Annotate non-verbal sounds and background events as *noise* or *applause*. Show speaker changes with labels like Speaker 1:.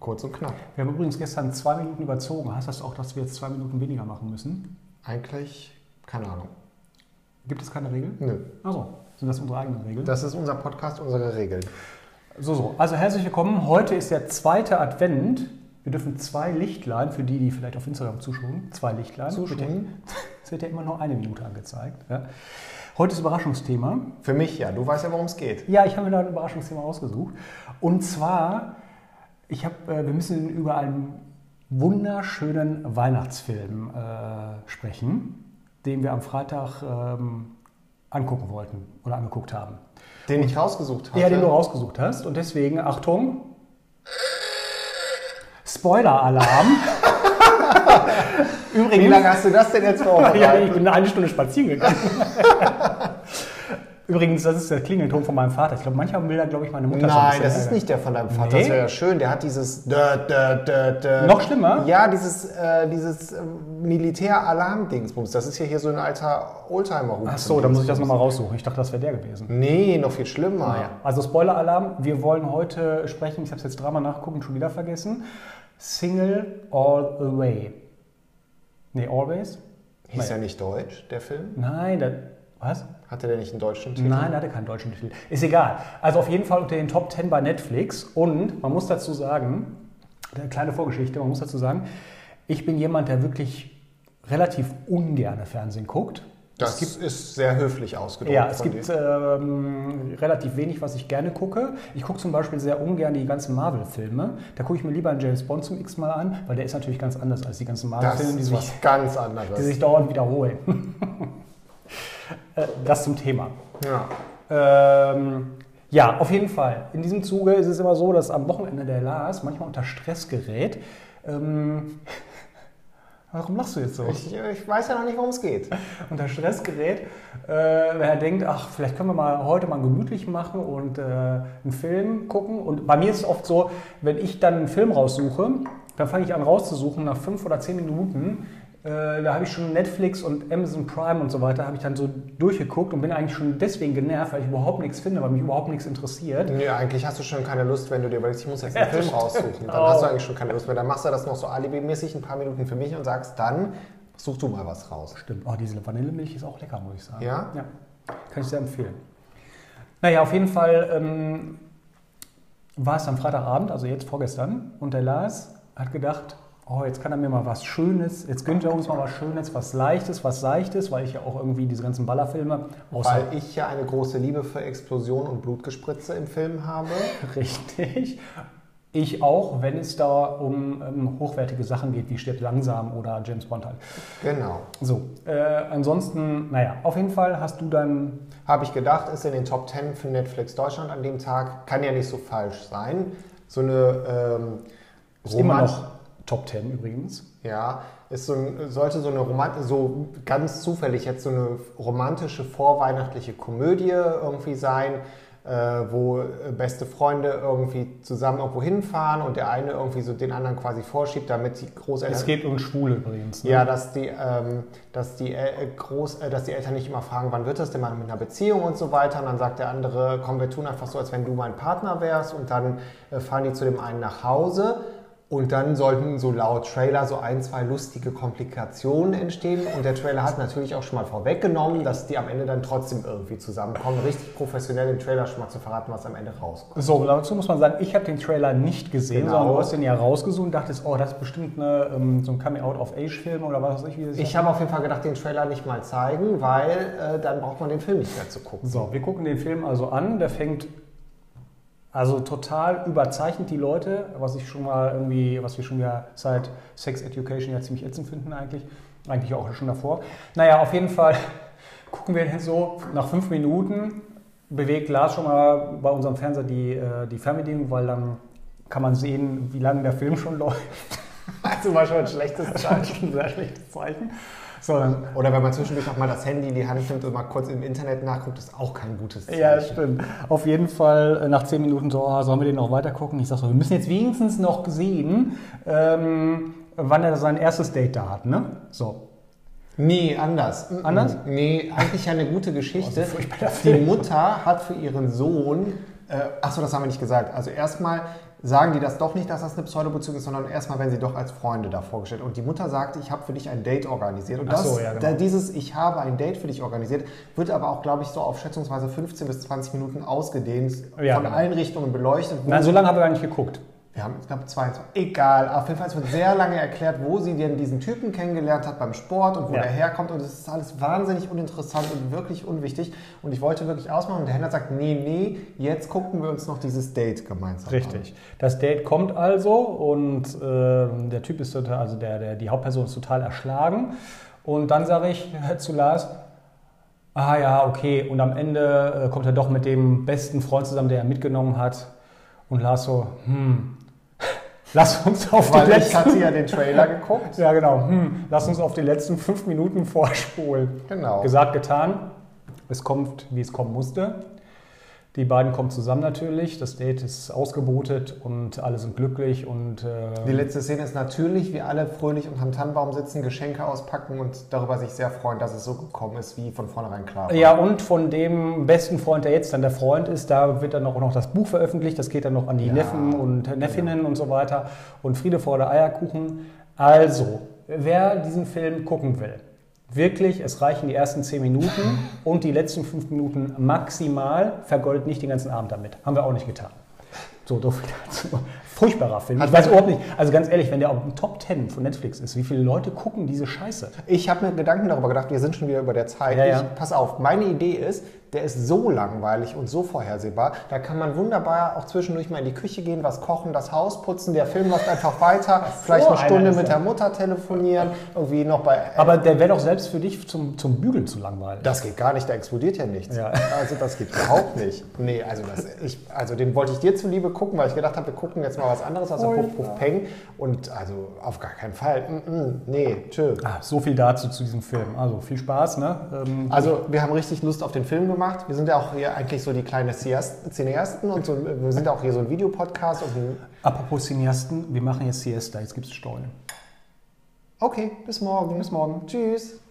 Speaker 1: Kurz und knapp.
Speaker 2: Wir haben übrigens gestern zwei Minuten überzogen. Heißt das auch, dass wir jetzt zwei Minuten weniger machen müssen?
Speaker 1: Eigentlich, keine Ahnung.
Speaker 2: Gibt es keine Regel?
Speaker 1: Nö.
Speaker 2: Also, sind das unsere eigenen Regeln?
Speaker 1: Das ist unser Podcast, unsere Regeln.
Speaker 2: So, so. Also herzlich willkommen. Heute ist der zweite Advent. Wir dürfen zwei Lichtlein, für die, die vielleicht auf Instagram zuschauen, zwei Lichtlein.
Speaker 1: Zuschauen?
Speaker 2: Es wird ja immer nur eine Minute angezeigt. Ja. Heute ist Überraschungsthema.
Speaker 1: Für mich ja. Du weißt ja, worum es geht.
Speaker 2: Ja, ich habe mir da ein Überraschungsthema ausgesucht. Und zwar, ich hab, äh, wir müssen über einen wunderschönen Weihnachtsfilm äh, sprechen, den wir am Freitag ähm, angucken wollten oder angeguckt haben.
Speaker 1: Den ich rausgesucht habe.
Speaker 2: Ja, den du rausgesucht hast. Und deswegen, Achtung,
Speaker 1: *laughs*
Speaker 2: Spoiler-Alarm.
Speaker 1: Wie
Speaker 2: Übrigens,
Speaker 1: lange hast du das denn jetzt
Speaker 2: *laughs* Ah, ja,
Speaker 1: vorbereitet?
Speaker 2: ich bin eine Stunde spazieren gegangen. *laughs* Übrigens, das ist der Klingelton von meinem Vater. Ich glaube, manchmal will da, glaube ich, meine Mutter so ein
Speaker 1: Nein,
Speaker 2: bisschen
Speaker 1: das ist
Speaker 2: ärgern.
Speaker 1: nicht der von deinem Vater.
Speaker 2: Nee.
Speaker 1: Das wäre ja schön. Der hat dieses. Dö, dö, dö, dö.
Speaker 2: Noch schlimmer?
Speaker 1: Ja, dieses, äh, dieses ähm, Militär-Alarm-Dingsbums. Das ist ja hier so ein alter Oldtimer-Ruf.
Speaker 2: Ach so, dann muss ich das nochmal raussuchen. Ich dachte, das wäre der gewesen.
Speaker 1: Nee, noch viel schlimmer.
Speaker 2: Also Spoiler-Alarm, wir wollen heute sprechen, ich habe es jetzt dreimal nachgucken, schon wieder vergessen. Single All the Way. Nee, Always?
Speaker 1: Hieß ja nicht deutsch, der Film?
Speaker 2: Nein, der, was?
Speaker 1: Hatte der nicht einen deutschen Titel?
Speaker 2: Nein, der hatte keinen deutschen Titel. Ist egal. Also auf jeden Fall unter den Top 10 bei Netflix. Und man muss dazu sagen, eine kleine Vorgeschichte, man muss dazu sagen, ich bin jemand, der wirklich relativ ungerne Fernsehen guckt.
Speaker 1: Das ist sehr höflich ausgedrückt.
Speaker 2: Ja, es
Speaker 1: von
Speaker 2: gibt
Speaker 1: dir.
Speaker 2: ähm, relativ wenig, was ich gerne gucke. Ich gucke zum Beispiel sehr ungern die ganzen Marvel-Filme. Da gucke ich mir lieber einen James Bond zum x Mal an, weil der ist natürlich ganz anders als die ganzen
Speaker 1: das
Speaker 2: Marvel-Filme, die,
Speaker 1: ist
Speaker 2: sich-
Speaker 1: was ganz
Speaker 2: die
Speaker 1: anderes.
Speaker 2: sich dauernd wiederholen. *laughs* Äh, das zum Thema.
Speaker 1: Ja.
Speaker 2: Ähm, ja, auf jeden Fall. In diesem Zuge ist es immer so, dass am Wochenende der Lars manchmal unter Stress gerät. Ähm, *laughs* warum lachst du jetzt so?
Speaker 1: Ich, ich weiß ja noch nicht, worum es geht.
Speaker 2: unter Stress gerät, äh, wenn er denkt, ach, vielleicht können wir mal heute mal gemütlich machen und äh, einen Film gucken. Und bei mir ist es oft so, wenn ich dann einen Film raussuche, dann fange ich an rauszusuchen nach fünf oder zehn Minuten. Äh, da habe ich schon Netflix und Amazon Prime und so weiter, habe ich dann so durchgeguckt und bin eigentlich schon deswegen genervt, weil ich überhaupt nichts finde, weil mich überhaupt nichts interessiert.
Speaker 1: Nö, eigentlich hast du schon keine Lust, wenn du dir überlegst, ich muss jetzt *laughs*
Speaker 2: Ja,
Speaker 1: einen Film
Speaker 2: stimmt.
Speaker 1: raussuchen. Dann
Speaker 2: Oh.
Speaker 1: hast du eigentlich schon keine Lust mehr. Dann machst du das noch so alibimäßig ein paar Minuten für mich und sagst dann, such du mal was raus.
Speaker 2: Stimmt. Oh, diese Vanillemilch ist auch lecker, muss ich sagen.
Speaker 1: Ja?
Speaker 2: Ja. Kann ich sehr empfehlen. Naja, auf jeden Fall ähm, war es am Freitagabend, also jetzt vorgestern, und der Lars hat gedacht, oh, jetzt kann er mir mal was Schönes, jetzt gönnt er uns mal was Schönes, was Leichtes, was Seichtes, weil ich ja auch irgendwie diese ganzen Ballerfilme außer
Speaker 1: Weil ich ja eine große Liebe für Explosionen und Blutgespritze im Film habe.
Speaker 2: *laughs* richtig. Ich auch, wenn es da um ähm, hochwertige Sachen geht, wie stirbt langsam oder James Bond halt.
Speaker 1: Genau.
Speaker 2: So, äh, ansonsten, naja, auf jeden Fall hast du dann
Speaker 1: Habe ich gedacht, ist in den Top 10 für Netflix Deutschland an dem Tag. Kann ja nicht so falsch sein. So eine ähm,
Speaker 2: Immer
Speaker 1: Roman-
Speaker 2: noch Top 10 übrigens.
Speaker 1: Ja, ist so ein, sollte so eine Roman so ganz zufällig jetzt so eine romantische vorweihnachtliche Komödie irgendwie sein, äh, wo äh, beste Freunde irgendwie zusammen irgendwo hinfahren und der eine irgendwie so den anderen quasi vorschiebt, damit die
Speaker 2: Es
Speaker 1: Großeltern
Speaker 2: geht um Schwule übrigens. Ne?
Speaker 1: ja, dass die, ähm, dass die äh, Groß, äh, dass die Eltern nicht immer fragen, wann wird das denn mal mit einer Beziehung und so weiter. Und dann sagt der andere, komm, wir tun einfach so, als wenn du mein Partner wärst. Und dann äh, fahren die zu dem einen nach Hause. Und dann sollten so laut Trailer so ein, zwei lustige Komplikationen entstehen. Und der Trailer hat natürlich auch schon mal vorweggenommen, dass die am Ende dann trotzdem irgendwie zusammenkommen. Richtig professionell im Trailer schon mal zu verraten, was am Ende rauskommt.
Speaker 2: So, dazu muss man sagen, ich habe den Trailer nicht gesehen,
Speaker 1: Genau.
Speaker 2: sondern du hast den ja rausgesucht und dachtest, oh, das ist bestimmt eine, ähm, so ein Coming-out-of-Age-Film oder was weiß ich, wie das heißt.
Speaker 1: Ich habe auf jeden Fall gedacht, den Trailer nicht mal zeigen, weil äh, dann braucht man den Film nicht mehr zu gucken.
Speaker 2: So, wir gucken den Film also an. Der fängt also total überzeichnet die Leute, was ich schon mal irgendwie, was wir schon wieder seit Sex Education ja ziemlich ätzend finden eigentlich. Eigentlich auch schon davor. Naja, auf jeden Fall *laughs* gucken wir den so, nach fünf Minuten bewegt Lars schon mal bei unserem Fernseher die, äh, die Fernbedienung, weil dann kann man sehen, wie lange der Film schon *laughs* läuft.
Speaker 1: *laughs* Also war schon ein schlechtes Zeichen.
Speaker 2: Das ist ein sehr schlechtes Zeichen. So, dann
Speaker 1: Oder wenn man zwischendurch noch mal das Handy in die Hand nimmt und mal kurz im Internet nachguckt, ist auch kein gutes Zeichen.
Speaker 2: Ja, stimmt. Auf jeden Fall äh, nach zehn Minuten so, ah, sollen wir den noch weiter gucken? Ich sag so, wir müssen jetzt wenigstens noch sehen, ähm, wann er sein erstes Date da hat, ne? So.
Speaker 1: Nee, anders. Mhm.
Speaker 2: Hm, Anders? Oh,
Speaker 1: Nee, eigentlich ja eine gute Geschichte.
Speaker 2: furchtbarer
Speaker 1: die
Speaker 2: Film.
Speaker 1: Mutter hat für ihren Sohn Äh, Achso, das haben wir nicht gesagt. Also erstmal sagen die das doch nicht, dass das eine Pseudobeziehung ist, sondern erstmal werden sie doch als Freunde da vorgestellt. Und die Mutter sagt, ich habe für dich ein Date organisiert. Und
Speaker 2: Ach
Speaker 1: das,
Speaker 2: so, ja, genau.
Speaker 1: da- dieses Ich habe ein Date für dich organisiert, wird aber auch, glaube ich, so auf schätzungsweise 15 bis 20 Minuten ausgedehnt,
Speaker 2: Ja,
Speaker 1: von
Speaker 2: genau.
Speaker 1: allen Richtungen beleuchtet. wo-
Speaker 2: Nein, so lange haben wir gar nicht geguckt.
Speaker 1: wir haben, ich glaube, 22. Egal. Auf jeden Fall, es wird sehr lange erklärt, wo sie denn diesen Typen kennengelernt hat beim Sport und wo
Speaker 2: Ja.
Speaker 1: der herkommt. Und es ist alles wahnsinnig uninteressant und wirklich unwichtig. Und ich wollte wirklich ausmachen. Und der Händler sagt, nee, nee, jetzt gucken wir uns noch dieses Date gemeinsam
Speaker 2: Richtig. Das Date kommt also und ähm, der Typ ist total, also der, der, die Hauptperson ist total erschlagen. Und dann sage ich *laughs* zu Lars, ah ja, okay. Und am Ende äh, kommt er doch mit dem besten Freund zusammen, der er mitgenommen hat. Und Lars so, hm, *laughs* lass uns auf
Speaker 1: an.
Speaker 2: die
Speaker 1: Weil ich
Speaker 2: letzten...
Speaker 1: hatte ja den Trailer geguckt.
Speaker 2: Ja, genau. Hm, lass uns auf die letzten fünf Minuten vorspulen.
Speaker 1: Genau.
Speaker 2: Gesagt, getan. Es kommt, wie es kommen musste. Die beiden kommen zusammen natürlich. Das Date ist ausgebotet und alle sind glücklich und
Speaker 1: Die
Speaker 2: äh,
Speaker 1: letzte Szene ist natürlich, wie alle fröhlich unterm Tannenbaum sitzen, Geschenke auspacken und darüber sich sehr freuen, dass es so gekommen ist, wie von vornherein klar war.
Speaker 2: ja und von dem besten Freund, der jetzt dann der Freund ist, da wird dann auch noch das Buch veröffentlicht. Das geht dann noch an die
Speaker 1: Ja. genau.
Speaker 2: Neffen und Neffinnen und so weiter und Friede vor der Eierkuchen. Also wer diesen Film gucken will, wirklich, es reichen die ersten zehn
Speaker 1: *laughs*
Speaker 2: Minuten und die letzten fünf Minuten maximal. Vergoldet nicht den ganzen Abend damit. Haben wir auch nicht getan. So doof dazu. Furchtbarer Film. Ich
Speaker 1: Hat
Speaker 2: weiß
Speaker 1: man-
Speaker 2: überhaupt nicht. Also ganz ehrlich, wenn der auf dem Top 10 von Netflix ist, wie viele Leute gucken diese Scheiße?
Speaker 1: Ich habe mir Gedanken darüber gedacht, wir sind schon wieder über der Zeit.
Speaker 2: Ja, ja.
Speaker 1: Ich, pass auf, meine Idee ist, der ist so langweilig und so vorhersehbar, da kann man wunderbar auch zwischendurch mal in die Küche gehen, was kochen, das Haus putzen, der Film läuft einfach weiter, vielleicht eine
Speaker 2: einer
Speaker 1: Stunde
Speaker 2: ist
Speaker 1: mit
Speaker 2: er.
Speaker 1: der Mutter telefonieren, irgendwie noch bei...
Speaker 2: Aber der wäre doch selbst für dich zum, zum Bügeln zu langweilig.
Speaker 1: das geht gar nicht, da explodiert ja nichts.
Speaker 2: Ja.
Speaker 1: Also das geht überhaupt nicht. Nee, also, das, ich, also den wollte ich dir zuliebe gucken, weil ich gedacht habe, wir gucken jetzt mal was anderes außer Puff Puff Peng. Und also auf gar keinen Fall. Mm -mm, nee, tschö.
Speaker 2: Ah, so viel dazu zu diesem Film. Also viel Spaß, ne? Ähm,
Speaker 1: Also wir haben richtig Lust auf den Film gemacht. Wir sind ja auch hier eigentlich so die kleinen Cineast- Cineasten und so, wir sind auch hier so ein Videopodcast. Und ein
Speaker 2: apropos Cineasten, wir machen jetzt Siesta, jetzt gibt's Steuern.
Speaker 1: okay, bis morgen. Bis morgen. Tschüss.